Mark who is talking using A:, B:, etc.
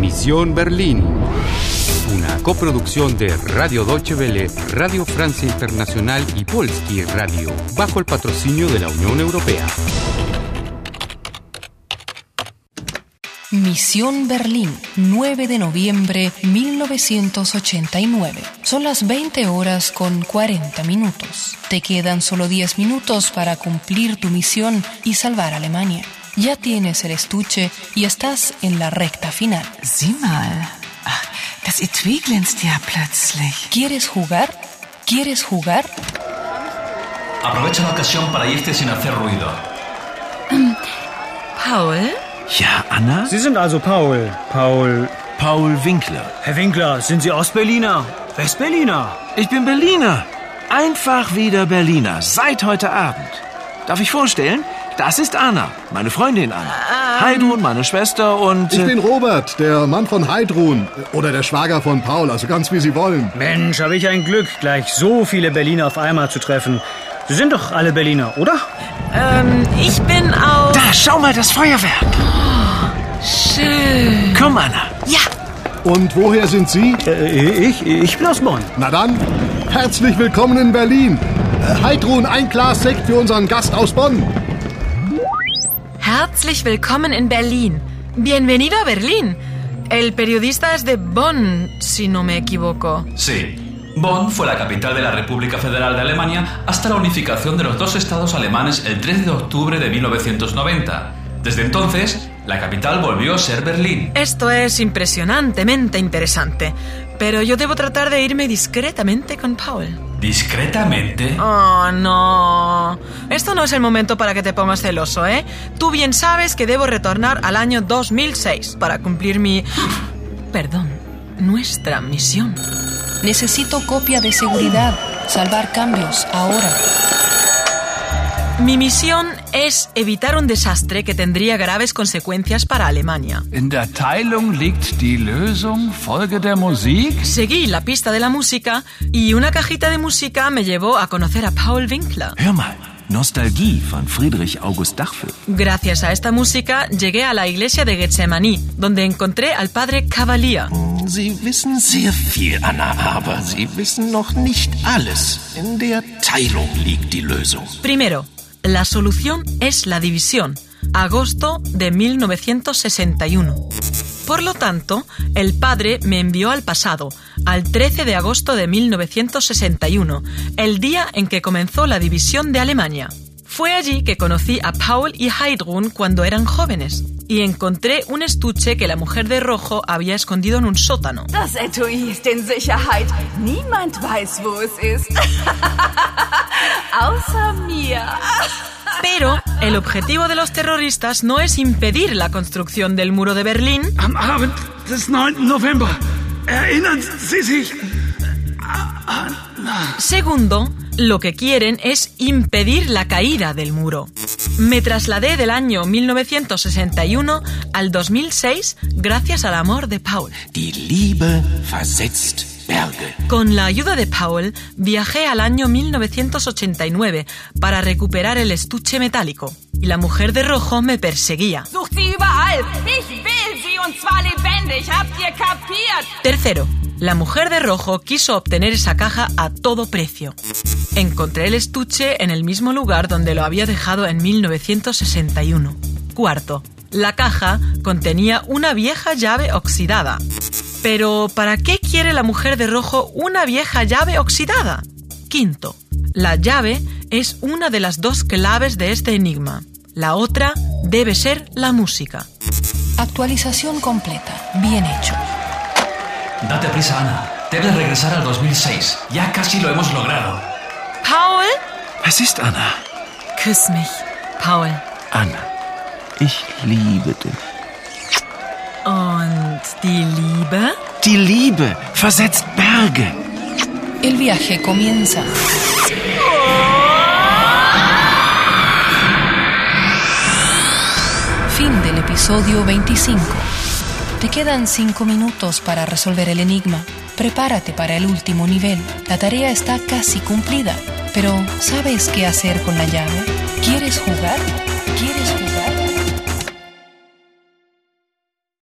A: Misión Berlín. Una coproducción de Radio Deutsche Welle, Radio Francia Internacional y Polski Radio, bajo el patrocinio de la Unión Europea.
B: Misión Berlín, 9 de noviembre 1989. Son las 20 horas con 40 minutos. Te quedan solo 10 minutos para cumplir tu misión y salvar a Alemania. Ya tienes el estuche y estás en la recta final.
C: Sieh mal, Ach, das Etui glänzt ja plötzlich.
B: ¿Quieres jugar? ¿Quieres jugar?
D: Aprovecha la ocasión para irte sin hacer ruido.
C: Paul?
E: Ja, Anna?
F: Sie sind also Paul. Paul.
E: Paul Winkler.
F: Herr Winkler, sind Sie Ostberliner? Westberliner?
E: Ich bin Berliner. Einfach wieder Berliner. Seit heute Abend. Darf ich vorstellen? Das ist Anna, meine Freundin Anna. Heidrun, meine Schwester und...
G: Ich
E: äh,
G: bin Robert, der Mann von Heidrun. Oder der Schwager von Paul, also ganz wie Sie wollen.
F: Mensch, habe ich ein Glück, gleich so viele Berliner auf einmal zu treffen. Sie sind doch alle Berliner, oder?
C: Ähm, ich bin auch.
E: da, schau mal das Feuerwerk.
C: Schön.
E: Komm, Anna.
C: Ja,
G: Und woher sind Sie?
F: Äh, ich, ich bin aus Bonn.
G: Na dann, herzlich willkommen in Berlin. Äh, Heidrun, ein Glas Sekt für unseren Gast aus Bonn.
C: herzlich willkommen in Berlin. Bienvenido a Berlín. El periodista es de Bonn, si no me equivoco.
D: Sí. Bonn fue la capital de la República Federal de Alemania hasta la unificación de los dos estados alemanes el 13 de octubre de 1990. Desde entonces, la capital volvió a ser Berlín.
C: Esto es impresionantemente interesante. Pero yo debo tratar de irme discretamente con Paul.
D: Discretamente.
C: Oh, no. Esto no es el momento para que te pongas celoso, ¿eh? Tú bien sabes que debo retornar al año 2006 para cumplir mi... Perdón, nuestra misión.
B: Necesito copia de seguridad. Salvar cambios ahora.
C: Mi misión es evitar un desastre que tendría graves consecuencias para Alemania.
H: In der Teilung liegt die Lösung. Folge der Musik.
C: Seguí la pista de la música y una cajita de música me llevó a conocer a Paul Winkler.
E: Hör mal. Nostalgie von Friedrich August Dachfeld.
C: Gracias a esta música llegué a la iglesia de Getsemaní, donde encontré al padre Cavalier.
I: Sie wissen sehr viel, Anna, aber Sie wissen noch nicht alles. In der Teilung liegt die Lösung.
C: Primero, la solución es la división, agosto de 1961. Por lo tanto, el padre me envió al pasado, al 13 de agosto de 1961, el día en que comenzó la división de Alemania. Fue allí que conocí a Paul y Heidrun cuando eran jóvenes, y encontré un estuche que la mujer de rojo había escondido en un sótano.
J: Das Etui ist in Sicherheit. Niemand weiß, wo es ist. Außer mir.
C: Pero el objetivo de los terroristas no es impedir la construcción del muro de Berlín,
K: Am Abend des 9. November. Erinnern Sie sich?
C: Segundo, lo que quieren es impedir la caída del muro. Me trasladé del año 1961 al 2006 gracias al amor de Paul.
I: Die Liebe versetzt Berge.
C: Con la ayuda de Paul viajé al año 1989 para recuperar el estuche metálico. Y la mujer de rojo me perseguía.
J: Sucht sie überall. Ich will sie und zwar lebendig. Habt ihr kapiert?
C: Tercero, la mujer de rojo quiso obtener esa caja a todo precio. Encontré el estuche en el mismo lugar donde lo había dejado en 1961. Cuarto, la caja contenía una vieja llave oxidada. Pero, ¿para qué quiere la mujer de rojo una vieja llave oxidada? Quinto, la llave es una de las dos claves de este enigma. La otra debe ser la música.
B: Actualización completa. Bien hecho.
D: Date prisa, Ana. Debes regresar al 2006. Ya casi lo hemos logrado.
C: Paul,
E: Was ist Anna?
C: küss mich. Paul.
E: Anna, ich liebe dich.
C: Und die Liebe?
E: Die Liebe versetzt Berge.
B: El viaje comienza. Fin del episodio 25. Te quedan 5 minutos para resolver el enigma. Prepárate para el último nivel. La tarea está casi cumplida. Pero, ¿sabes qué hacer con la llave? ¿Quieres jugar? ¿Quieres jugar?